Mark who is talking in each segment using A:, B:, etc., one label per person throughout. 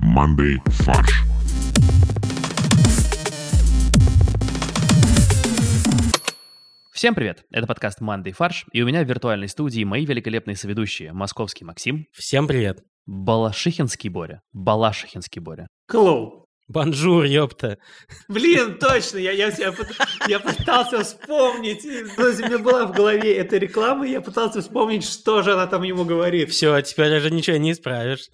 A: командой «Фарш».
B: Всем привет! Это подкаст «Мандай фарш», и у меня в виртуальной студии мои великолепные соведущие Московский Максим,
C: Всем привет.
B: Балашихинский Боря, Балашихинский Боря,
D: Клоу.
C: Бонжур, ёпта.
D: Блин, точно, я, я, я, пыт- я пытался вспомнить, и, то есть у меня была в голове эта реклама, и я пытался вспомнить, что же она там ему говорит.
C: Все, а теперь уже ничего не исправишь.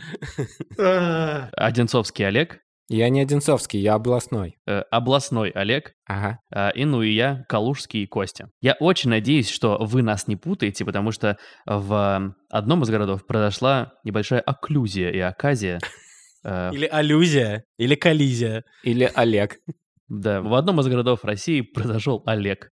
D: А,
B: Одинцовский Олег,
E: Я не Одинцовский, я областной.
B: э, Областной Олег,
E: Ага.
B: а, и ну и я, Калужский и Костя. Я очень надеюсь, что вы нас не путаете, потому что в э, одном из городов произошла небольшая окклюзия и оказия. Э,
C: Или аллюзия, или коллизия.
E: Или Олег.
B: Да, в одном из городов России произошел Олег.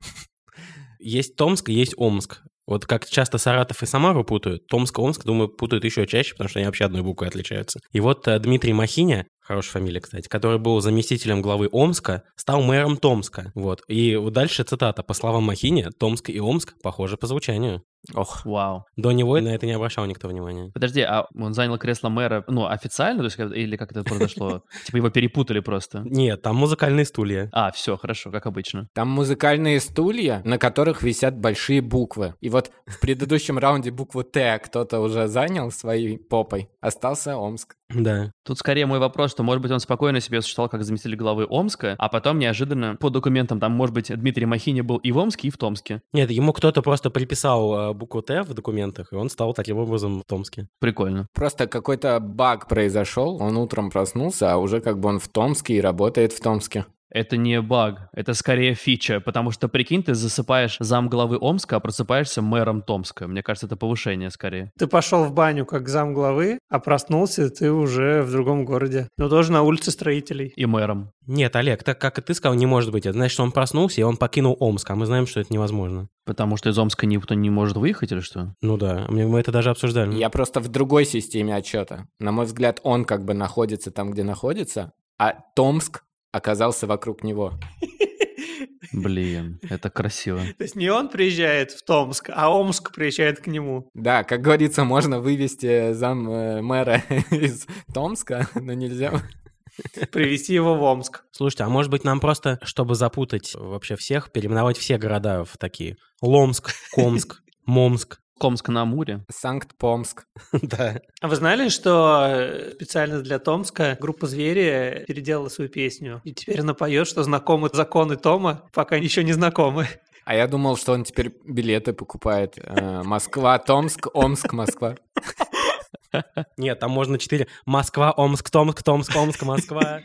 C: Есть Томск, есть Омск. Вот как часто Саратов и Самару путают, Томск и Омск, думаю, путают еще чаще, потому что они вообще одной буквой отличаются. И вот э, Дмитрий Махиня, хорошая фамилия, кстати, который был заместителем главы Омска, стал мэром Томска. Вот. И вот дальше цитата. По словам Махиня, Томск и Омск похожи по звучанию.
E: Ох.
B: Вау.
C: До него на это не обращал никто внимания.
B: Подожди, а он занял кресло мэра, ну, официально, то есть, как- или как это произошло? Типа его перепутали просто.
C: Нет, там музыкальные стулья.
B: А, все, хорошо, как обычно.
E: Там музыкальные стулья, на которых висят большие буквы. И вот в предыдущем раунде букву Т кто-то уже занял своей попой. Остался Омск.
C: Да.
B: Тут скорее мой вопрос, что, может быть, он спокойно себе существовал как заместитель главы Омска, а потом неожиданно по документам там, может быть, Дмитрий Махиня был и в Омске, и в Томске.
C: Нет, ему кто-то просто приписал э, букву Т в документах, и он стал таким образом в Томске.
B: Прикольно.
E: Просто какой-то баг произошел, он утром проснулся, а уже как бы он в Томске и работает в Томске.
B: Это не баг, это скорее фича, потому что, прикинь, ты засыпаешь зам главы Омска, а просыпаешься мэром Томска. Мне кажется, это повышение скорее.
D: Ты пошел в баню как зам главы, а проснулся ты уже в другом городе. Но тоже на улице строителей.
B: И мэром.
C: Нет, Олег, так как и ты сказал, не может быть. Это значит, что он проснулся, и он покинул Омск, а мы знаем, что это невозможно.
B: Потому что из Омска никто не может выехать или что?
C: Ну да, мы мы это даже обсуждали.
E: Я просто в другой системе отчета. На мой взгляд, он как бы находится там, где находится, а Томск оказался вокруг него.
B: Блин, это красиво.
D: То есть не он приезжает в Томск, а Омск приезжает к нему.
E: Да, как говорится, можно вывести зам э, мэра из Томска, но нельзя
D: Привезти его в Омск.
C: Слушайте, а может быть нам просто, чтобы запутать э, вообще всех, переименовать все города в такие? Ломск, Комск, Момск.
B: Комск на Амуре.
E: Санкт-Помск.
C: Да.
D: А вы знали, что э, специально для Томска группа «Звери» переделала свою песню? И теперь она поет, что знакомы законы Тома, пока еще не знакомы.
E: А я думал, что он теперь билеты покупает. Э, Москва, Томск, Омск, Москва.
C: Нет, там можно четыре. Москва, Омск, Томск, Томск, Омск, Москва.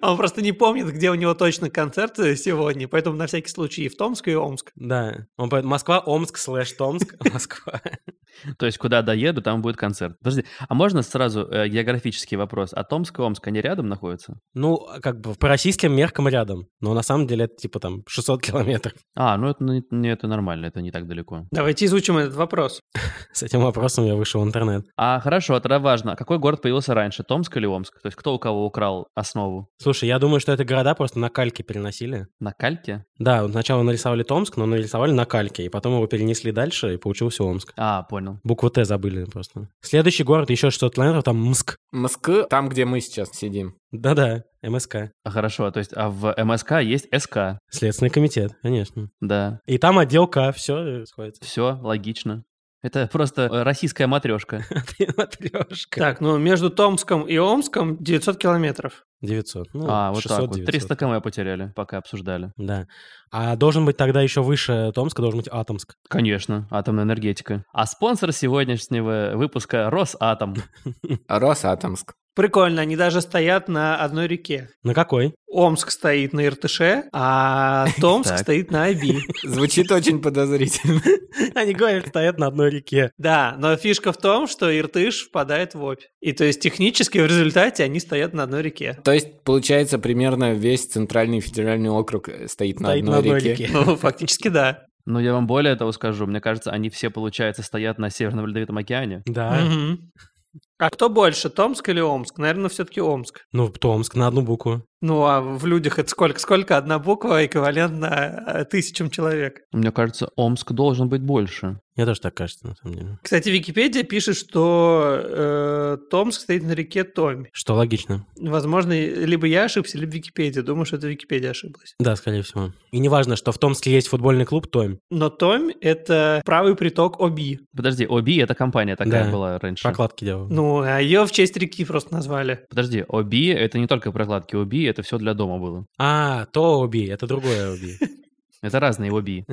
D: А Он просто не помнит, где у него точно концерты сегодня, поэтому на всякий случай и в Томск, и Омск.
C: Да. Он поет Москва, Омск, слэш Томск, Москва.
B: То есть, куда доеду, там будет концерт. Подожди, а можно сразу э, географический вопрос? А Томск и Омск, они рядом находятся?
C: Ну, как бы по российским меркам рядом, но на самом деле это типа там 600 километров.
B: А, ну это, не- не- это нормально, это не так далеко.
D: Давайте изучим этот вопрос.
C: С этим вопросом я вышел в интернет.
B: А, хорошо, тогда важно. Какой город появился раньше, Томск или Омск? То есть, кто у кого украл основу?
C: Слушай, я думаю, что это города просто на кальке переносили.
B: На кальке?
C: Да, вот сначала нарисовали Томск, но нарисовали на кальке, и потом его перенесли дальше, и получился Омск.
B: А, понял.
C: Букву Т забыли просто. Следующий город еще 600 километров, там Мск.
E: Мск, там, где мы сейчас сидим.
C: Да-да, МСК.
B: А, Хорошо, то есть, а в МСК есть СК.
C: Следственный комитет, конечно.
B: Да,
C: И там отдел К, все сходится.
B: все логично. Это просто э, российская матрешка.
C: Матрешка.
D: Так, ну между Томском и Омском 900 километров.
C: 900. Ну,
B: А, вот так
C: 600,
B: вот.
C: 900.
B: 300 км потеряли, пока обсуждали.
C: Да. А должен быть тогда еще выше Томска, должен быть Атомск.
B: Конечно, атомная энергетика. А спонсор сегодняшнего выпуска — Росатом.
E: Росатомск.
D: Прикольно, они даже стоят на одной реке.
C: На какой?
D: Омск стоит на Иртыше, а Томск
B: Так.
D: стоит на Аби.
E: Звучит очень подозрительно.
C: Они говорят, стоят на одной реке.
D: Да, но фишка в том, что Иртыш впадает в Обь. И то есть технически в результате они стоят на одной реке.
E: То есть, получается, примерно весь центральный федеральный округ э, стоит на
C: Стоит на
E: одной
C: одной
E: реке.
C: реке.
D: Ну, фактически да.
B: Но я вам более того скажу, мне кажется, они все, получается, стоят на Северном Ледовитом океане.
C: Да.
D: Мгм. А кто больше, Томск или Омск? Наверное, все-таки Омск.
C: Ну, Томск на одну букву.
D: Ну, а в людях это сколько? Сколько одна буква эквивалентна э, тысячам человек?
B: Мне кажется, Омск должен быть больше.
C: Мне тоже так кажется, на самом деле.
D: Кстати, Википедия пишет, что э, э, Томск стоит на реке Томи.
C: Что логично.
D: Возможно, либо я ошибся, либо Википедия. Думаю, что это Википедия ошиблась.
C: Да, скорее всего. И не важно, что в Томске есть футбольный клуб Томь.
D: Но Томь — это правый приток Оби.
B: Подожди, Оби — это компания такая
C: Да.
B: была раньше.
C: Прокладки делал.
D: Ну, а ее в честь реки просто назвали.
B: Подожди, Оби — это не только прокладки Оби, это все для дома было.
C: А, то оби, это другое оби.
B: Это разные Оби.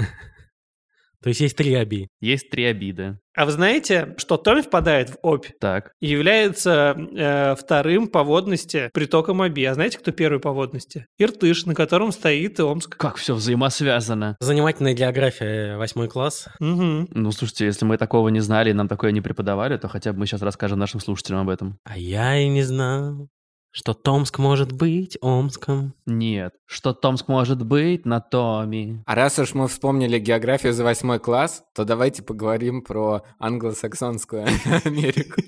C: То есть есть три оби.
B: Есть три обиды.
D: А вы знаете, что Томь впадает в Обь
B: Так,
D: и является э, вторым по водности притоком Оби. А знаете, кто первый по водности? Иртыш, на котором стоит Омск.
B: как все взаимосвязано.
C: Занимательная география, э, восьмой класс.
D: Мгм.
B: Ну, слушайте, если мы такого не знали, и нам такое не преподавали, то хотя бы мы сейчас расскажем нашим слушателям об этом.
C: А я и не знал, что Томск может быть Омском.
B: Нет. Что Томск может быть на Томи?
E: А раз уж мы вспомнили географию за восьмой класс, то давайте поговорим про англосаксонскую Америку.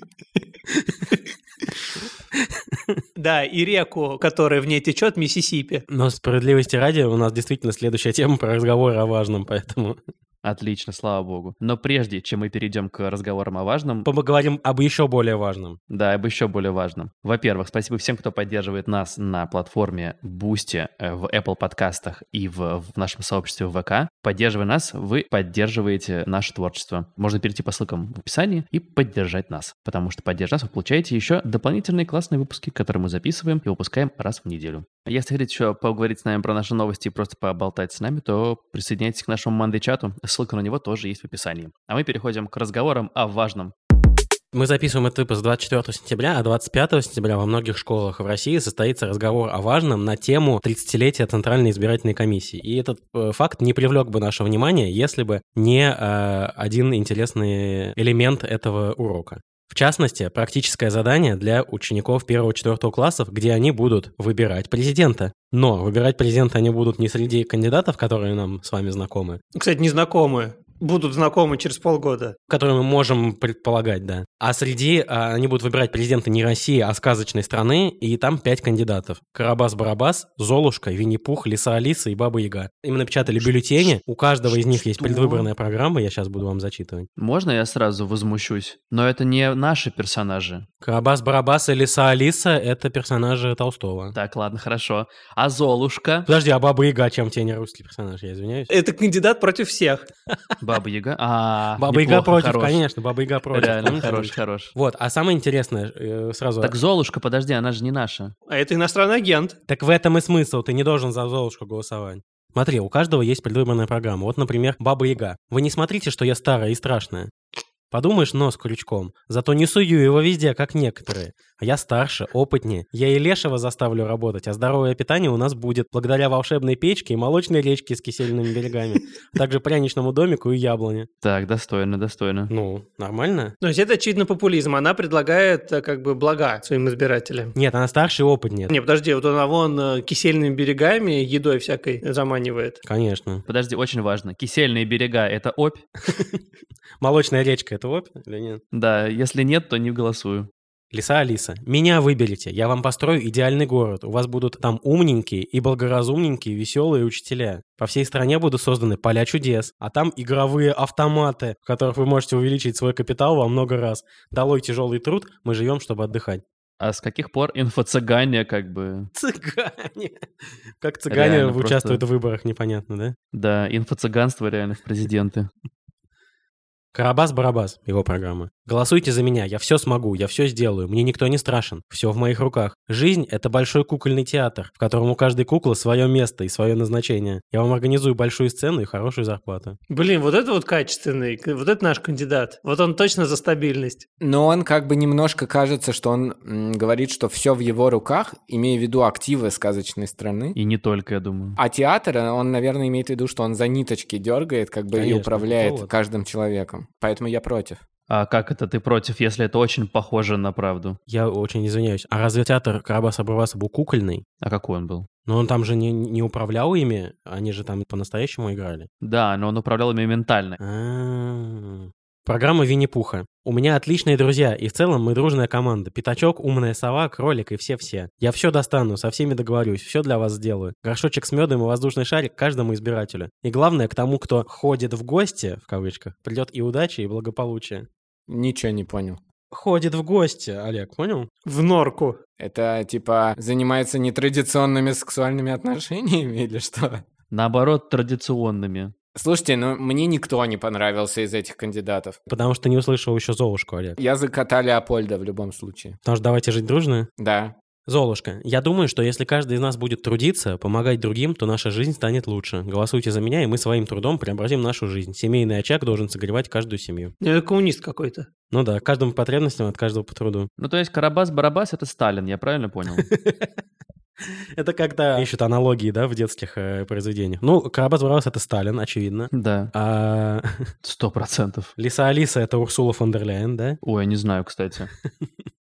D: Да, и реку, которая в ней течет, Миссисипи.
C: Но справедливости ради, у нас действительно следующая тема про разговор о важном, поэтому
B: Отлично, слава богу. Но прежде, чем мы перейдем к разговорам о важном,
C: поговорим об еще более важном.
B: Да, об еще более важном. Во-первых, спасибо всем, кто поддерживает нас на платформе Boosty, э, в Apple подкастах и в, в нашем сообществе в ВК. Поддерживая нас, вы поддерживаете наше творчество. Можно перейти по ссылкам в описании и поддержать нас, потому что поддержав нас, вы получаете еще дополнительные классные выпуски, которые мы записываем и выпускаем раз в неделю. Если хотите еще поговорить с нами про наши новости и просто поболтать с нами, то присоединяйтесь к нашему Мандей-чату. Ссылка на него тоже есть в описании. А мы переходим к разговорам о важном.
C: Мы записываем этот выпуск 24 сентября, а 25 сентября во многих школах в России состоится разговор о важном на тему 30-летия Центральной избирательной комиссии. И этот э, факт не привлек бы наше внимание, если бы не э, один интересный элемент этого урока. В частности, практическое задание для учеников 1-4 классов, где они будут выбирать президента. Но выбирать президента они будут не среди кандидатов, которые нам с вами знакомы,
D: Кстати, незнакомые. Будут знакомы через полгода.
C: которые мы можем предполагать, да. А среди а, они будут выбирать президента не России, а сказочной страны, и там пять кандидатов. Карабас-Барабас, Золушка, Винни-Пух, Лиса Алиса и Баба Яга. Им напечатали бюллетени, у каждого из них есть
B: Что?
C: предвыборная программа, я сейчас буду вам зачитывать.
B: Можно я сразу возмущусь? Но это не наши персонажи.
C: Карабас-Барабас и Лиса Алиса — это персонажи Толстого.
B: Так, ладно, хорошо. А Золушка,
C: Подожди, а Баба Яга чем тебе не русский персонаж, я извиняюсь?
D: Это кандидат против всех.
B: Баба Яга. А,
C: Баба Яга
B: неплохо,
C: против,
B: хорош.
C: конечно, Баба Яга против.
B: Реально
C: Помнишь,
B: хорош,
C: Золушка?
B: хорош.
C: Вот, а самое интересное, э, сразу...
B: Так Золушка, подожди, она же не наша.
D: А это иностранный агент.
C: Так в этом и смысл, ты не должен за Золушку голосовать. Смотри, у каждого есть предвыборная программа. Вот, например, Баба Яга. Вы не смотрите, что я старая и страшная. Подумаешь, нос крючком. Зато не сую его везде, как некоторые. А я старше, опытнее. Я и лешего заставлю работать, а здоровое питание у нас будет благодаря волшебной печке и молочной речке с кисельными берегами, а также пряничному домику и яблоне.
B: Так, достойно, достойно.
C: Ну, нормально?
D: То есть это очевидно популизм. Она предлагает э, как бы блага своим избирателям.
C: Нет, она старше и опытнее.
D: Не, подожди, вот она вон э, кисельными берегами, едой всякой заманивает.
C: Конечно.
B: Подожди, очень важно. Кисельные берега — это опь?
C: Молочная речка — это опь или нет?
B: Да, если нет, то не голосую.
C: Лиса Алиса, меня выберите, я вам построю идеальный город. У вас будут там умненькие и благоразумненькие веселые учителя. По всей стране будут созданы поля чудес, а там игровые автоматы, в которых вы можете увеличить свой капитал во много раз. Долой тяжелый труд, мы живем, чтобы отдыхать.
B: А с каких пор инфо-цыгане как бы...
C: Цыгане! Как цыгане
B: Реально просто-
C: участвуют в выборах, непонятно, да?
B: Да, инфо-цыганство реально в президенты.
C: Карабас-барабас, его программа. Голосуйте за меня, я все смогу, я все сделаю, мне никто не страшен, все в моих руках. Жизнь — это большой кукольный театр, в котором у каждой куклы свое место и свое назначение. Я вам организую большую сцену и хорошую зарплату.
D: Блин, вот это вот качественный, к- вот это наш кандидат. Вот он точно за стабильность.
E: Но он как бы немножко кажется, что он м, говорит, что все в его руках, имея в виду активы сказочной страны.
B: И не только, я думаю.
E: А театр, он, наверное, имеет в виду, что он за ниточки дергает, как бы
C: Конечно,
E: и управляет
C: вот.
E: каждым человеком. Поэтому я против.
B: А как это ты против, если это очень похоже на правду?
C: Я очень извиняюсь, а разве театр Карабаса-Барабаса был кукольный?
B: А какой он был?
C: Но он там же не, не управлял ими, они же там по-настоящему играли.
B: Да, но он управлял ими ментально.
C: А-а-а. Программа Винни-Пуха. У меня отличные друзья, и в целом мы дружная команда. Пятачок, умная сова, кролик и все-все. Я все достану, со всеми договорюсь, все для вас сделаю. Горшочек с медом и воздушный шарик каждому избирателю. И главное, к тому, кто ходит в гости, в кавычках, придет и удача, и благополучие.
E: Ничего не понял.
C: ходит в гости, Олег, понял?
D: В норку.
E: Это типа занимается нетрадиционными сексуальными отношениями или что?
B: Наоборот, традиционными.
E: Слушайте, ну мне никто не понравился из этих кандидатов.
C: Потому что не услышал еще Золушку, Олег.
E: Я за кота Леопольда в любом случае.
C: Потому что давайте жить дружно.
E: Да.
C: Золушка, я думаю, что если каждый из нас будет трудиться, помогать другим, то наша жизнь станет лучше. Голосуйте за меня, и мы своим трудом преобразим нашу жизнь. Семейный очаг должен согревать каждую семью.
D: Ну, это коммунист какой-то.
C: Ну да, каждому по потребностям, от каждого по труду.
B: Ну, то есть Карабас-Барабас — это Сталин, я правильно понял?
C: Это когда ищут аналогии, да, в детских э, произведениях. Ну, Карабас-Барабас — это Сталин, очевидно.
B: Да,
C: А
B: сто процентов.
C: Лиса Алиса — это Урсула фон дер Ляйен, да?
B: Ой, не знаю, кстати.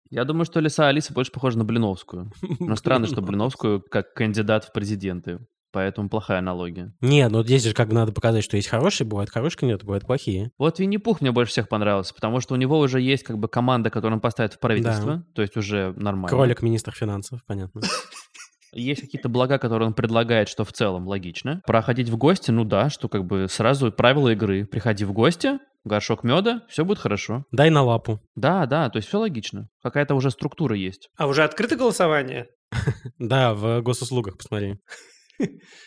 B: Я думаю, что Лиса Алиса больше похожа на Блиновскую. Но странно, что Блиновскую как кандидат в президенты. Поэтому плохая аналогия.
C: Не, ну здесь же как бы надо показать, что есть хорошие, бывают хорошие кандидаты, бывают плохие.
B: Вот Винни-Пух мне больше всех понравился, потому что у него уже есть как бы команда, которую он поставит в правительство, то есть уже нормально.
C: Кролик министр финансов, понятно.
B: Есть какие-то блага, которые он предлагает, что в целом логично. Проходить в гости, ну да, что как бы сразу правила игры. Приходи в гости, горшок меда, все будет хорошо.
C: Дай на лапу.
B: Да, да, то есть все логично. Какая-то уже структура есть.
D: А уже открыто голосование?
C: Да, в госуслугах, посмотри.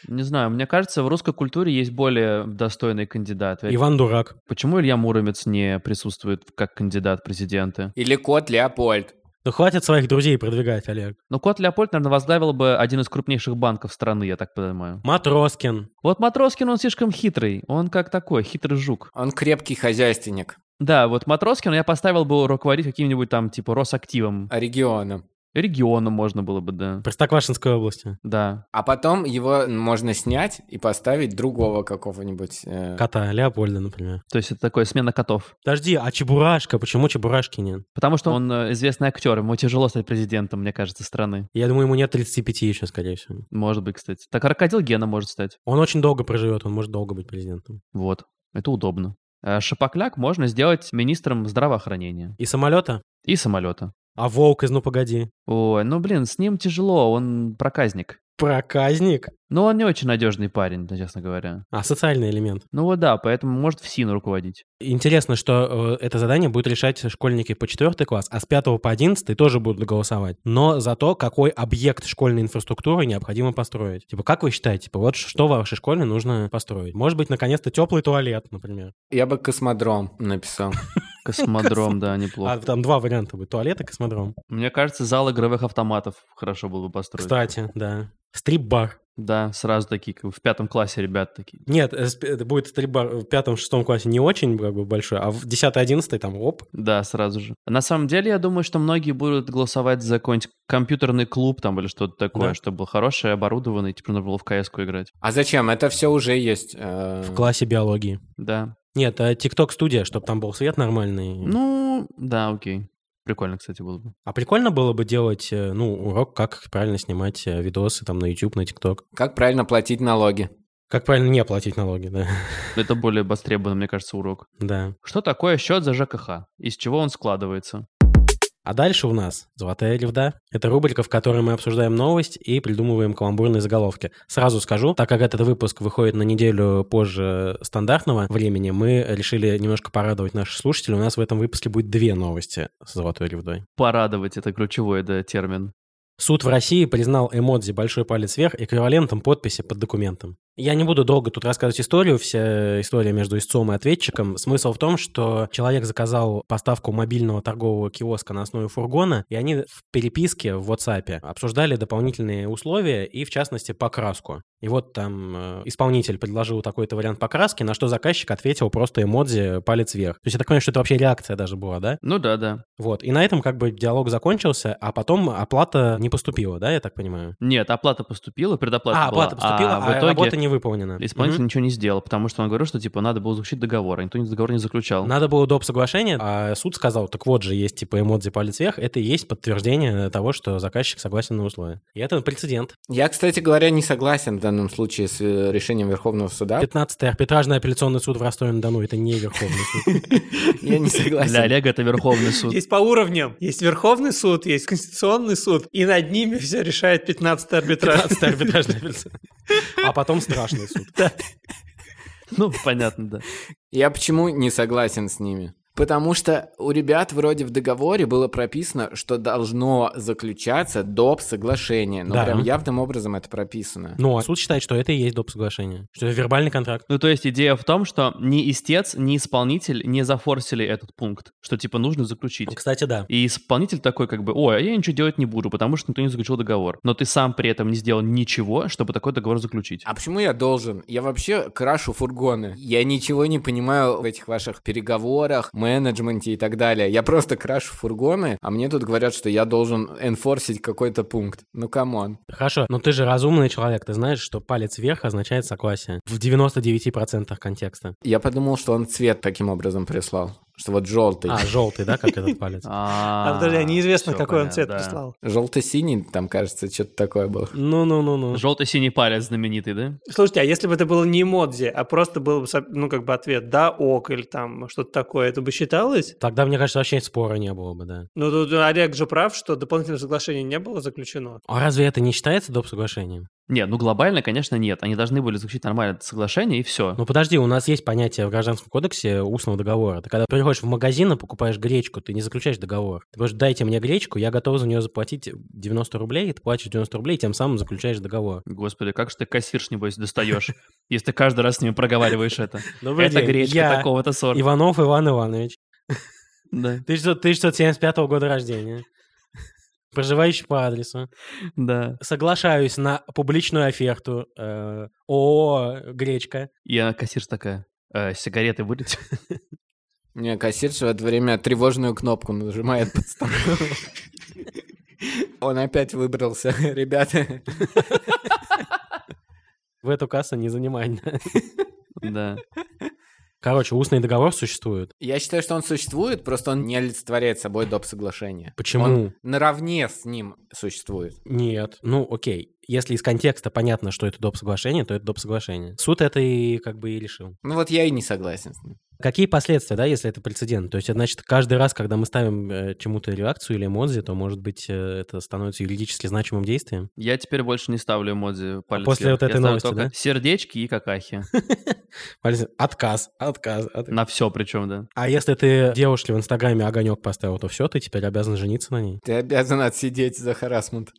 B: Не знаю, мне кажется, в русской культуре есть более достойный кандидат.
C: Иван Дурак.
B: Почему Илья Муромец не присутствует как кандидат в президенты?
E: Или кот Леопольд.
C: Ну хватит своих друзей продвигать, Олег.
B: Ну, кот Леопольд, наверное, возглавил бы один из крупнейших банков страны, я так понимаю.
C: Матроскин.
B: Вот Матроскин, он слишком хитрый. Он как такой, хитрый жук.
E: Он крепкий хозяйственник.
B: Да, вот Матроскин я поставил бы руководить каким-нибудь там, типа, Росактивом.
E: А региона.
B: Регионом можно было бы, да.
C: Простоквашинской области.
B: Да.
E: А потом его можно снять и поставить другого какого-нибудь. э,
C: Кота Леопольда, например.
B: То есть это такое смена котов.
C: Подожди, а Чебурашка? Почему Чебурашки нет?
B: Потому что он э, известный актер, ему тяжело стать президентом, мне кажется, страны.
C: Я думаю, ему нет 35 еще, скорее всего.
B: Может быть, кстати. Так крокодил Гена может стать.
C: Он очень долго проживет, он может долго быть президентом.
B: Вот. Это удобно. А Шапокляк можно сделать министром здравоохранения
C: И самолета?
B: и самолета.
C: А волк из «Ну погоди».
B: Ой, ну блин, с ним тяжело, он проказник.
C: Проказник.
B: Но он не очень надежный парень, да, честно говоря.
C: А, социальный элемент.
B: Ну вот да, поэтому может в СИН руководить.
C: Интересно, что э, это задание будут решать школьники по 4 класс, а с 5 по 11 тоже будут голосовать. Но за то, какой объект школьной инфраструктуры необходимо построить. Типа, как вы считаете, типа, вот ш- что в вашей школе нужно построить? Может быть, наконец-то теплый туалет, например.
E: Я бы космодром написал.
B: Космодром, да,
C: А
B: неплохо.
C: там два варианта будет, туалет и космодром.
B: Мне кажется, зал игровых автоматов хорошо было бы построить.
C: Кстати, да. Стрип-бар.
B: Да, сразу такие, как в пятом классе ребят такие.
C: Нет, э, сп- это будет стрип-бар в пятом-шестом классе не очень как бы, большой, а в 10-11 там оп.
B: Да, сразу же. На самом деле, я думаю, что многие будут голосовать за какой-нибудь компьютерный клуб там или что-то такое,
C: Да.
B: чтобы был хороший, оборудованный, типа нужно было в кс играть.
E: А зачем? Это все уже есть. э,
C: В классе биологии.
B: Да.
C: Нет, а ТикТок-студия, чтобы там был свет нормальный.
B: Ну, да, окей. Прикольно, кстати, было бы.
C: А прикольно было бы делать, э, ну, урок, как правильно снимать э, видосы там на YouTube, на TikTok.
E: Как правильно платить налоги?
C: Как правильно не платить налоги, да.
B: Это более востребованный, мне кажется, урок.
C: да.
B: Что такое счет за ЖКХ? Из чего он складывается?
C: А дальше у нас «Золотая левда». Это рубрика, в которой мы обсуждаем новость и придумываем каламбурные заголовки. Сразу скажу, так как этот выпуск выходит на неделю позже стандартного времени, мы решили немножко порадовать наших слушателей. У нас в этом выпуске будет две новости с «Золотой левдой».
B: Порадовать, это ключевой да, термин.
C: Суд в России признал эмодзи «большой палец вверх» эквивалентом подписи под документом. Я не буду долго тут рассказывать историю, вся история между истцом и ответчиком. Смысл в том, что человек заказал поставку мобильного торгового киоска на основе фургона, и они в переписке в WhatsApp обсуждали дополнительные условия и, в частности, покраску. И вот там э, исполнитель предложил такой-то вариант покраски, на что заказчик ответил просто эмодзи «палец вверх». То есть я так понимаю, что это вообще реакция даже была, да?
B: Ну да, да.
C: Вот, и на этом как бы диалог закончился, а потом оплата не поступила, да, я так понимаю?
B: Нет, оплата поступила, предоплата
C: а,
B: была,
C: оплата поступила, а,
B: в итоге
C: работа не выполнена.
B: исполнитель
C: Мгм.
B: ничего не сделал, потому что он говорил, что типа надо было заключить договор, а никто договор не заключал.
C: Надо было доп. соглашение, а суд сказал, так вот же есть типа эмодзи палец вверх, это и есть подтверждение того, что заказчик согласен на условия. И это прецедент.
E: Я, кстати говоря, не согласен в данном случае с э, решением Верховного суда.
C: 15-й арбитражный апелляционный суд в Ростове-на-Дону, это не Верховный суд.
E: Я не
B: Для
E: согласен.
B: Олега это Верховный суд.
D: Есть по уровням. Есть Верховный суд, есть Конституционный суд, и над ними все решает 15-й арбитраж.
C: 15-й арбитражный апелляционный А потом страшный суд.
B: Ну, понятно, да.
E: Я почему не согласен с ними? Потому что у ребят вроде в договоре было прописано, что должно заключаться доп. соглашение. Но
C: Да.
E: прям явным образом это прописано.
C: Ну, а суд считает, что это и есть доп. соглашение. Что это вербальный контракт.
B: Ну, то есть идея в том, что ни истец, ни исполнитель не зафорсили этот пункт, что, типа, нужно заключить.
C: Кстати, да.
B: И исполнитель такой, как бы, ой, а я ничего делать не буду, потому что никто не заключил договор. Но ты сам при этом не сделал ничего, чтобы такой договор заключить.
E: А почему я должен? Я вообще крашу фургоны. Я ничего не понимаю в этих ваших переговорах, менеджменте и так далее. Я просто крашу фургоны, а мне тут говорят, что я должен энфорсить какой-то пункт. Ну, камон.
C: Хорошо, но ты же разумный человек, ты знаешь, что палец вверх означает согласие. В 99% контекста.
E: Я подумал, что он цвет таким образом прислал. Что вот желтый.
C: А, желтый, да, как этот палец?
B: А,
D: А, подожди, а неизвестно,
B: всё
D: какой он
B: понятно,
D: цвет
B: да.
D: прислал.
E: Желто-синий, там, кажется, что-то такое было.
C: Ну-ну-ну-ну.
B: Желто-синий палец знаменитый, да?
D: Слушайте, а если бы это было не эмодзи, а просто был бы, со- ну, как бы ответ «да», «ок» или там что-то такое, это бы считалось?
C: Тогда, мне кажется, вообще спора не было бы, да.
D: Ну, тут Олег же прав, что дополнительное соглашение не было заключено.
C: А разве это не считается доп. соглашением?
B: Не, ну глобально, конечно, нет. Они должны были заключить нормальное соглашение, и все.
C: Ну подожди, у нас есть понятие в Гражданском кодексе устного договора. Ты когда приходишь в магазин и покупаешь гречку, ты не заключаешь договор. Ты говоришь, дайте мне гречку, я готов за нее заплатить 90 рублей, и ты платишь 90 рублей, и тем самым заключаешь договор.
B: Господи, как же ты кассирш, небось, достаешь, если ты каждый раз с ними проговариваешь это.
C: Добрый
B: Это
C: день,
B: гречка
C: Ну, я
B: такого-то сорта.
C: Иванов Иван Иванович,
B: Да,
C: 1600 1975 года рождения, проживающий по адресу.
B: да.
C: Соглашаюсь на публичную оферту э, ООО «Гречка».
B: И она кассирш такая, «Э, сигареты будете?
E: Не, кассирша в это время тревожную кнопку нажимает под столом. Он опять выбрался, ребята.
C: В эту кассу не занимай.
B: Да.
C: Короче, устный договор существует.
E: Я считаю, что он существует, просто он не олицетворяет собой доп. соглашение.
C: Почему?
E: Он наравне с ним существует.
C: Нет. Ну, окей. Если из контекста понятно, что это доп. соглашение, то это доп. соглашение. Суд это и как бы и решил.
E: Ну вот я и не согласен с ним.
C: Какие последствия, да, если это прецедент? То есть, это значит, каждый раз, когда мы ставим э, чему-то реакцию или эмодзи, то, может быть, э, это становится юридически значимым действием?
B: Я теперь больше не ставлю эмодзи палец
C: А после
B: вверх.
C: вот этой
B: Я ставлю
C: новости,
B: только
C: да?
B: сердечки и какахи.
C: Пальцы- Отказ, отказ, отказ.
B: На все причем, да.
C: А если ты девушке в Инстаграме огонек поставил, то все, ты теперь обязан жениться на ней.
E: Ты обязан отсидеть за харасмент.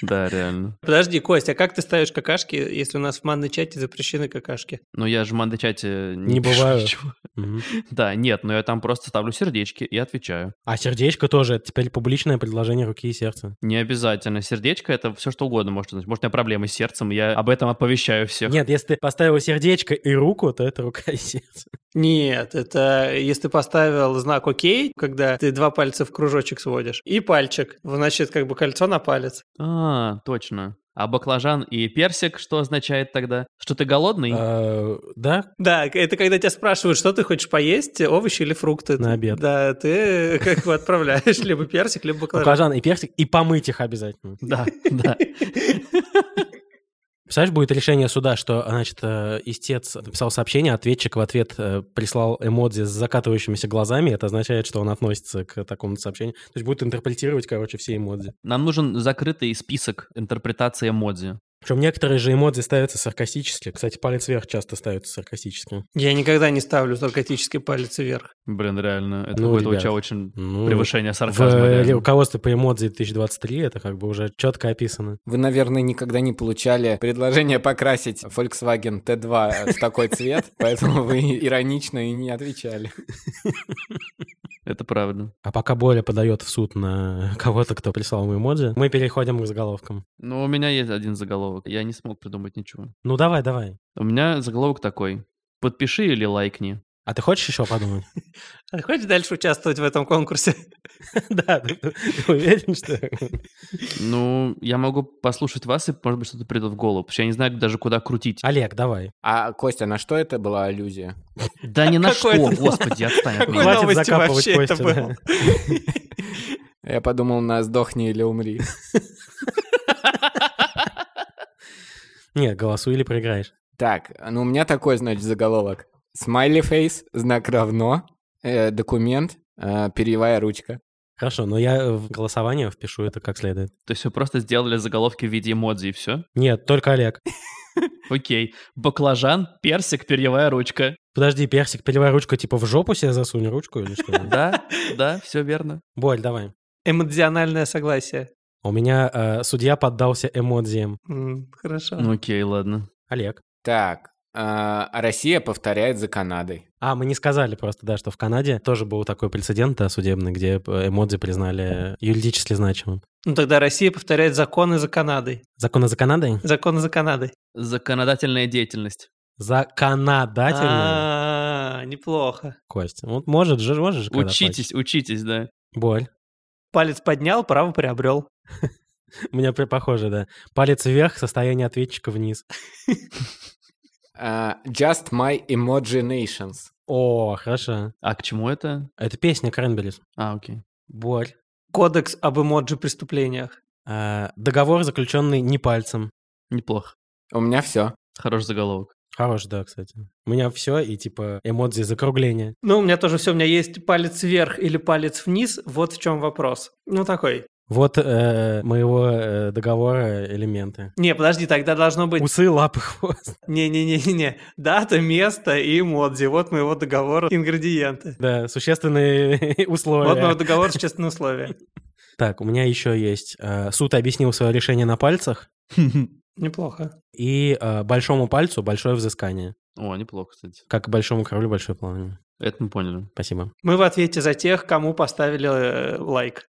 B: Да, реально.
D: Подожди, Кость, а как ты ставишь какашки, если у нас в манной чате запрещены какашки?
B: Ну, я же в мандачате
C: Не бываю.
B: ничего.
C: Мгм.
B: Да, нет, но я там просто ставлю сердечки и отвечаю.
C: А сердечко тоже, это теперь публичное предложение руки и сердца.
B: Не обязательно. Сердечко — это все что угодно может значить. Может, у меня проблемы с сердцем, я об этом оповещаю всех.
C: Нет, если ты поставил сердечко и руку, то это рука и сердце.
D: Нет, это если ты поставил знак «Окей», когда ты два пальца в кружочек сводишь, и пальчик, значит, как бы кольцо на палец.
B: А, точно. А баклажан и персик что означает тогда? Что ты голодный?
C: Э, Да,
D: Да, это когда тебя спрашивают, что ты хочешь поесть, овощи или фрукты.
C: На обед.
D: Да, ты как бы отправляешь либо персик, либо баклажан.
C: Баклажан и персик, и помыть их обязательно.
B: Да, да.
C: Представляешь, будет решение суда, что, значит, э, истец написал сообщение, а ответчик в ответ э, прислал эмодзи с закатывающимися глазами, это означает, что он относится к такому сообщению. То есть будет интерпретировать, короче, все эмодзи.
B: Нам нужен закрытый список интерпретации эмодзи.
C: Причем некоторые же эмодзи ставятся саркастически. Кстати, палец вверх часто ставится саркастически.
D: Я никогда не ставлю саркотический палец вверх.
B: Блин, реально, это
C: Ну,
B: какое-то у
C: ребят.
B: тебя очень
C: Ну,
B: превышение
C: в
B: сарказма.
C: э,
B: реально.
C: руководстве по эмодзи 2023 это как бы уже четко описано.
E: Вы, наверное, никогда не получали предложение покрасить Volkswagen T2 в такой цвет, поэтому вы иронично и не отвечали.
B: Это правда.
C: А пока Боля подает в суд на кого-то, кто прислал ему эмодзи, мы переходим к заголовкам.
B: Но Ну, у меня есть один заголовок. Я не смог придумать ничего.
C: Ну, давай, давай.
B: У меня заголовок такой. Подпиши или лайкни.
C: А ты хочешь еще подумать?
D: А хочешь дальше участвовать в этом конкурсе?
C: Да, ты ты уверен, что...
B: Ну, я могу послушать вас, и, может быть, что-то придет в голову. Потому что я не знаю даже, куда крутить.
C: Алек, давай.
E: А, Костя, на что это была аллюзия?
B: Да ни на что,
D: Какой это-
B: господи, отстань от
D: Какой
B: меня.
C: Хватит
D: новости
C: закапывать
D: вообще это
C: Костю,
D: было?
E: Я подумал на «сдохни или умри».
C: Нет, голосуй или проиграешь.
E: Так, ну у меня такой, значит, заголовок. Смайли фейс, знак равно, э, документ, э, перьевая ручка.
C: Хорошо, но я э, в голосование впишу это как следует.
B: То есть вы просто сделали заголовки в виде эмодзи, и все?
C: Нет, только Олег.
B: Окей. Баклажан, персик, перьевая ручка.
C: Подожди, персик, перевай ручку, типа в жопу себе засунь ручку или что?
B: Да, да, все верно.
C: Боль, давай.
D: Эмоциональное согласие.
C: У меня э, судья поддался эмодзиям.
D: М, Хорошо.
B: Ну, Окей, ладно.
C: Олег.
E: Так, а, Россия повторяет за Канадой.
C: А, мы не сказали просто, да, что в Канаде тоже был такой прецедент, да, судебный, где э, эмодзи признали юридически значимым.
D: Ну тогда Россия повторяет законы за Канадой.
C: Законы за Канадой?
D: Законы за Канадой.
B: Законодательная деятельность.
C: Законодательный.
D: А, неплохо.
C: Кость. ну Вот может же, может же. когда
B: Учитесь, учитесь, да.
C: платишь. Боль.
D: Палец поднял, право приобрел.
C: У меня при- похоже, да. Палец вверх, состояние ответчика вниз.
E: А, Just my imaginations.
C: О, хорошо.
B: А к чему это?
C: Это песня Кренберис.
B: А, окей.
C: Боль.
D: Кодекс об эмоджи преступлениях.
C: А, договор, заключенный не пальцем.
B: Неплохо.
E: У меня все.
B: Хорош заголовок.
C: Хорош, да, кстати. У меня все и типа эмодзи закругления.
D: Ну, у меня тоже все, у меня есть палец вверх или палец вниз, вот в чем вопрос. Ну, такой.
C: Вот э, моего э, договора элементы.
D: Не, подожди, тогда должно быть...
C: Усы, лапы, хвост.
D: Не-не-не-не, дата, место и эмодзи, вот моего договора ингредиенты.
C: Да, существенные условия.
D: Вот моего договора существенные условия.
C: Так, у меня еще есть. э, суд объяснил свое решение на пальцах
D: Неплохо.
C: и э, большому пальцу большое взыскание.
B: О, неплохо, кстати.
C: Как большому кораблю большое плавание.
B: Это мы поняли.
C: Спасибо.
D: Мы в ответе за тех, кому поставили э, лайк.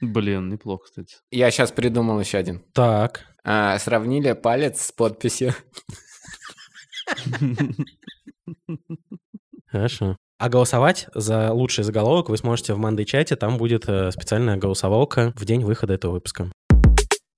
B: Блин, неплохо, кстати.
E: Я сейчас придумал еще один.
C: Так.
E: А, сравнили палец с подписью.
C: Хорошо. А голосовать за лучший заголовок вы сможете в Мандай чате. Там будет э, специальная голосовалка в день выхода этого выпуска.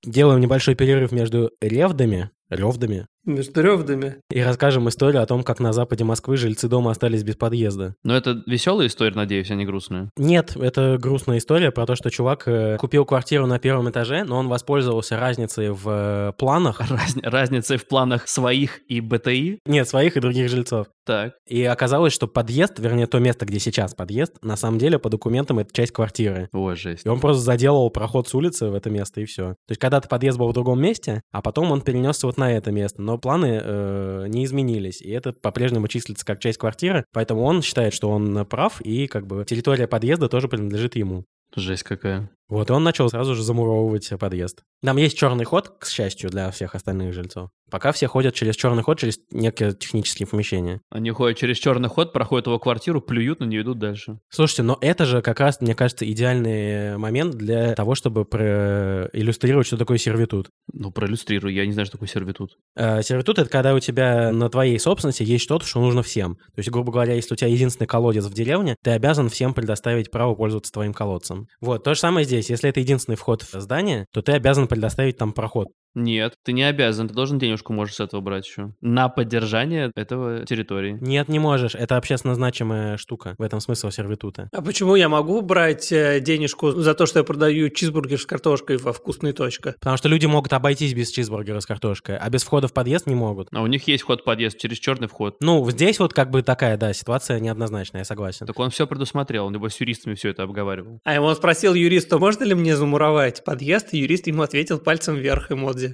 C: Делаем небольшой перерыв между ревдами, ревдами
D: Между ревдами.
C: и расскажем историю о том, как на западе Москвы жильцы дома остались без подъезда.
B: Но это веселая история, надеюсь, а не грустная.
C: Нет, это грустная история про то, что чувак э, купил квартиру на первом этаже, но он воспользовался разницей в э, планах.
B: Раз- разница в планах своих и БТИ.
C: Нет, своих и других жильцов.
B: Так.
C: И оказалось, что подъезд, вернее, то место, где сейчас подъезд, на самом деле по документам это часть квартиры.
B: Ой, жесть.
C: И он просто заделал проход с улицы в это место, и все. То есть когда-то подъезд был в другом месте, а потом он перенесся вот на это место. Но планы э, не изменились, и это по-прежнему числится как часть квартиры, поэтому он считает, что он э, прав, и как бы территория подъезда тоже принадлежит ему.
B: Жесть какая.
C: Вот, и он начал сразу же замуровывать э, подъезд. Там есть черный ход, к счастью, для всех остальных жильцов. Пока все ходят через черный ход, через некие технические помещения.
B: Они ходят через черный ход, проходят его квартиру, плюют, но не идут дальше.
C: Слушайте, но это же как раз, мне кажется, идеальный момент для того, чтобы проиллюстрировать, что такое сервитут.
B: Ну, проиллюстрирую, я не знаю, что такое сервитут.
C: Э, Сервитут — это когда у тебя на твоей собственности есть что-то, что нужно всем. То есть, грубо говоря, если у тебя единственный колодец в деревне, ты обязан всем предоставить право пользоваться твоим колодцем. Вот, то же самое здесь. Если это единственный вход в здание, то ты обязан предоставить там проход.
B: Нет, ты не обязан, ты должен денежку можешь с этого брать еще. На поддержание этого территории.
C: Нет, не можешь. Это общественно значимая штука. В этом смысл сервитута.
D: А почему я могу брать э, денежку за то, что я продаю чизбургер с картошкой во вкусной точке?
C: Потому что люди могут обойтись без чизбургера с картошкой, а без входа в подъезд не могут.
B: А у них есть ход-подъезд через черный вход.
C: Ну, вот здесь вот как бы такая, да, ситуация неоднозначная, я согласен.
B: Так он все предусмотрел, он либо с юристами все это обговаривал.
D: А ему он спросил юриста, можно ли мне замуровать подъезд, и юрист ему ответил пальцем вверх эмодзи.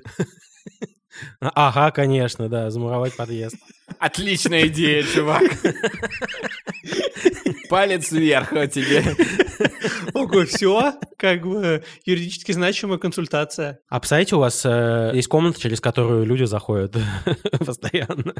C: А- Ага, конечно, да, замуровать подъезд.
E: Отличная идея, чувак. Палец вверх у тебе.
D: Ого, все? Как бы э, юридически значимая консультация.
C: А в сайте у вас э, есть комната, через которую люди заходят постоянно.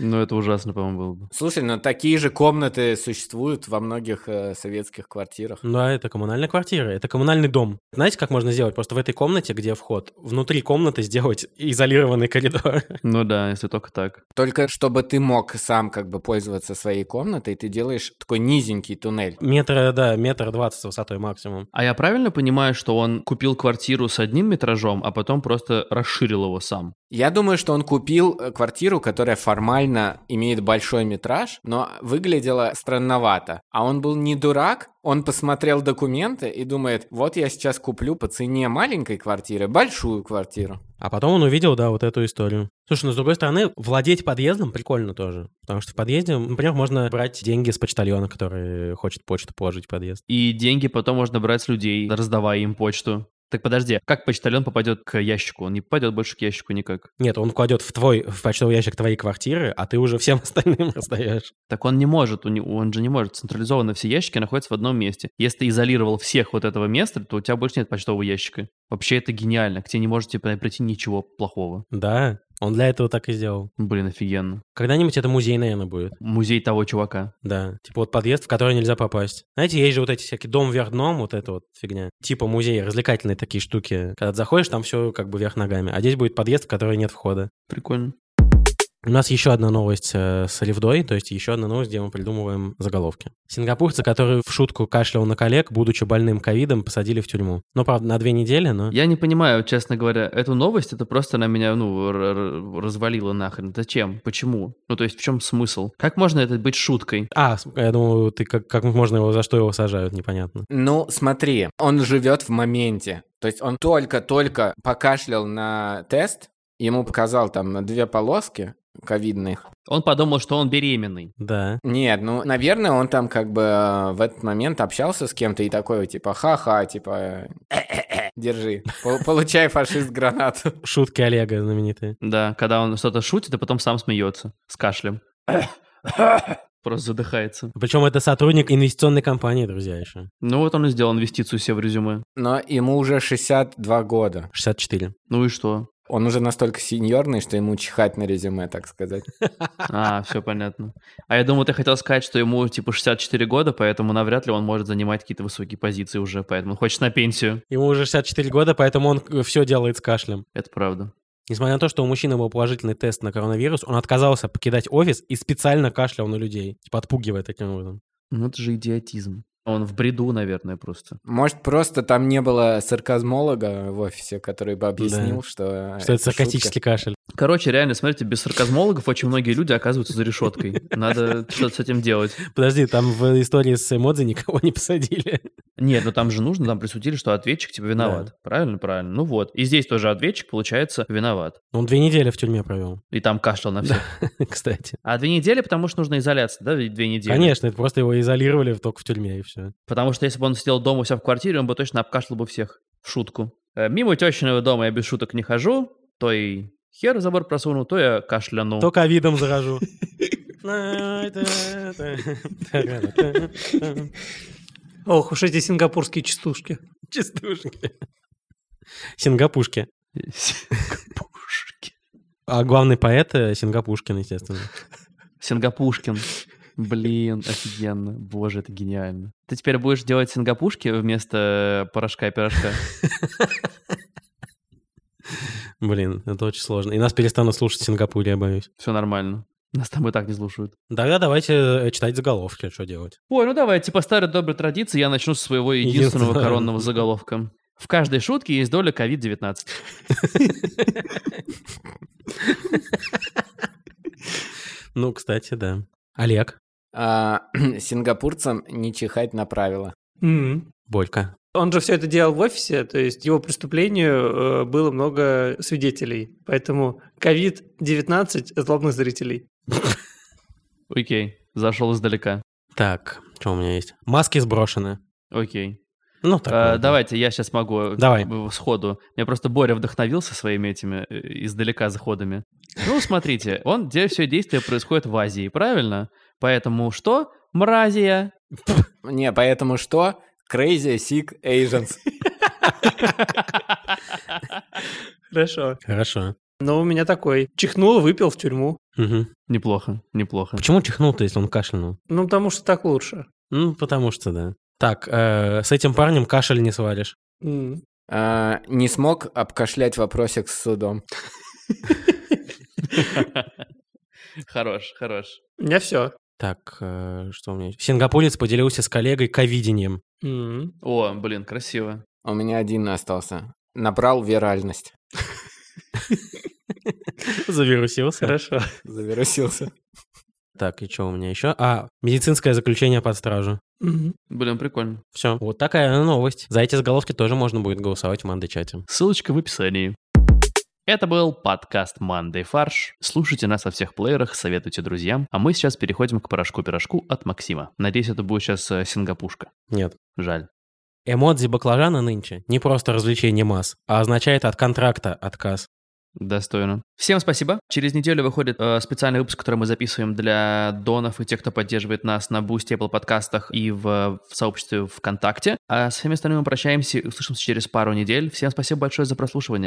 B: Но Ну, это ужасно, по-моему, было бы.
E: Слушай, ну такие же комнаты существуют во многих э, советских квартирах.
C: Ну, а это коммунальная квартира, это коммунальный дом. Знаете, как можно сделать? Просто в этой комнате, где вход, внутри комнаты сделать изолированный коридор.
B: Ну да, если только так.
E: Только чтобы ты мог сам как бы пользоваться своей комнатой, ты делаешь такой низенький туннель.
C: Метр, да, метр двадцать с высотой максимум.
B: А я правильно понимаю, что он купил квартиру с одним метражом, а потом просто расширил его сам?
E: Я думаю, что он купил э, квартиру, которая формально имеет большой метраж, но выглядела странновато. А он был не дурак, он посмотрел документы и думает, вот я сейчас куплю по цене маленькой квартиры большую квартиру.
C: А потом он увидел, да, вот эту историю. Слушай, ну, с другой стороны, владеть подъездом прикольно тоже. Потому что в подъезде, например, можно брать деньги с почтальона, который хочет почту положить в подъезд.
B: И деньги потом можно брать с людей, раздавая им почту. Так подожди, а как почтальон попадет к ящику? Он не попадет больше к ящику никак.
C: Нет, он кладет в твой в почтовый ящик твоей квартиры, а ты уже всем остальным раздаешь.
B: Так он не может, у не- он же не может. Централизованно все ящики находятся в одном месте. Если ты изолировал всех вот этого места, то у тебя больше нет почтового ящика. Вообще это гениально, к тебе не может типа, прийти ничего плохого.
C: Да, он для этого так и сделал.
B: Блин, офигенно.
C: Когда-нибудь это музей, наверное, будет.
B: Музей того чувака.
C: Да, типа вот подъезд, в который нельзя попасть. Знаете, есть же вот эти всякие дом вверх дном, вот это вот фигня. Типа музеи, развлекательные такие штуки. Когда ты заходишь, там все как бы вверх ногами. А здесь будет подъезд, в который нет входа.
B: Прикольно.
C: У нас еще одна новость э, с Оливдой, то есть еще одна новость, где мы придумываем заголовки. Сингапурца, который в шутку кашлял на коллег, будучи больным ковидом, посадили в тюрьму. Ну, правда, на две недели, но...
B: Я не понимаю, честно говоря, эту новость, это просто на меня, ну, р- р- развалило нахрен. Зачем? Почему? Ну, то есть, в чем смысл? Как можно это быть шуткой?
C: А, с- я думаю, ты как, как можно его, за что его сажают, непонятно.
E: Ну, смотри, он живет в моменте. То есть он только-только покашлял на тест, ему показал там две полоски ковидных.
B: Он подумал, что он беременный.
C: Да.
E: Нет, ну, наверное, он там как бы э, в этот момент общался с кем-то и такой, типа, ха-ха, типа, э, держи, Пол- получай, фашист, гранату.
C: Шутки Олега знаменитые.
B: Да, когда он что-то шутит, а потом сам смеется с кашлем. Просто задыхается.
C: Причем это сотрудник инвестиционной компании, друзья, еще.
B: Ну вот он и сделал инвестицию себе в резюме.
E: Но ему уже 62 года.
C: 64.
B: Ну и что?
E: Он уже настолько сеньорный, что ему чихать на резюме, так сказать.
B: А, все понятно. А я думал, ты хотел сказать, что ему типа 64 года, поэтому навряд ли он может занимать какие-то высокие позиции уже, поэтому он хочет на пенсию.
C: Ему уже 64 года, поэтому он все делает с кашлем.
B: Это правда.
C: Несмотря на то, что у мужчины был положительный тест на коронавирус, он отказался покидать офис и специально кашлял на людей. Типа отпугивая таким образом.
B: Ну это же идиотизм. Он в бреду, наверное, просто.
E: Может, просто там не было сарказмолога в офисе, который бы объяснил,
C: Да.
E: что... э,
C: Что это
E: А, шутка.
C: саркастический кашель.
B: Короче, реально, смотрите, без сарказмологов очень многие люди оказываются за решеткой. Надо что-то с этим делать.
C: Подожди, там в истории с эмодзи никого не посадили.
B: Нет, ну там же нужно, там присудили, что ответчик типа виноват. Правильно, правильно. Ну вот. И здесь тоже ответчик, получается, виноват.
C: Он две недели в тюрьме провел,
B: И там кашлял на всех.
C: кстати.
B: А две недели, потому что нужна изоляция, да, ведь две недели?
C: Конечно, это просто его изолировали только в тюрьме и все.
B: Потому что если бы он сидел дома у себя в квартире, он бы точно обкашлял бы всех. В шутку. Э, Мимо тещиного дома я без шуток не хожу, то и хер в забор просуну, то я кашляну.
C: То ковидом заражу.
D: Ох уж эти сингапурские частушки.
C: Частушки. Сингапушки.
B: Сингапушки.
C: А главный поэт э, Сингапушкин, естественно.
B: Сингапушкин. Блин, офигенно. Боже, это гениально. Ты теперь будешь делать сингапушки вместо э, порошка и пирожка?
C: Блин, это очень сложно. И нас перестанут слушать в Сингапуре, я боюсь.
B: Все нормально. Нас там и так не слушают.
C: Тогда давайте э, читать заголовки, что делать.
B: Ой, ну давай, типа старой доброй традиции, я начну с своего единственного
C: Единственного.
B: коронного заголовка. В каждой шутке есть доля COVID-19.
C: Ну, кстати, да. Олег,
E: А, сингапурцам не чихать на правила.
D: М.
C: Борька.
D: Он же все это делал в офисе, то есть его преступлению э, было много свидетелей. Поэтому COVID-19 злобных зрителей.
B: Окей, зашел издалека.
C: Так, что у меня есть? Маски сброшены.
B: Окей.
C: Ну, так.
B: А,
C: вот, да.
B: давайте, я сейчас могу
C: Давай.
B: в- сходу. Меня просто Боря вдохновился своими этими э, издалека заходами. Ну, смотрите, он, где все действие происходит в Азии, правильно? Поэтому что? Мразия.
E: Не, поэтому что? Crazy Sick Asians.
D: Хорошо.
C: Хорошо.
D: Но у меня такой. Чихнул, выпил в тюрьму.
C: Мгм.
B: Неплохо, неплохо.
C: Почему чихнул-то, если он кашлянул?
D: Ну, потому что так лучше.
C: Ну, потому что да. Так, э, с этим парнем кашель не свалишь.
D: М.
E: А, не смог обкашлять вопросик с судом.
B: Хорош, хорош.
D: У меня все.
C: Так, э, что у меня есть? Сингапурец поделился с коллегой ковидением.
B: О, блин, красиво.
E: У меня один остался. Набрал виральность.
C: Завирусился.
D: Хорошо.
E: Завирусился.
C: Так, и что у меня еще? А, медицинское заключение под стражу.
D: М.
B: Блин, прикольно.
C: Все, вот такая новость. За эти заголовки тоже можно будет голосовать в Манды-чате.
B: Ссылочка в описании. Это был подкаст «Мандай фарш». Слушайте нас во всех плеерах, советуйте друзьям. А мы сейчас переходим к порошку-пирожку от Максима. Надеюсь, это будет сейчас э, сингапушка.
C: Нет.
B: Жаль.
C: Эмодзи баклажана нынче не просто развлечение масс, а означает от контракта отказ.
B: Достойно. Всем спасибо. Через неделю выходит э, специальный выпуск, который мы записываем для донов и тех, кто поддерживает нас на Boost, Apple подкастах и в, в сообществе ВКонтакте. А со всеми остальными мы прощаемся и услышимся через пару недель. Всем спасибо большое за прослушивание.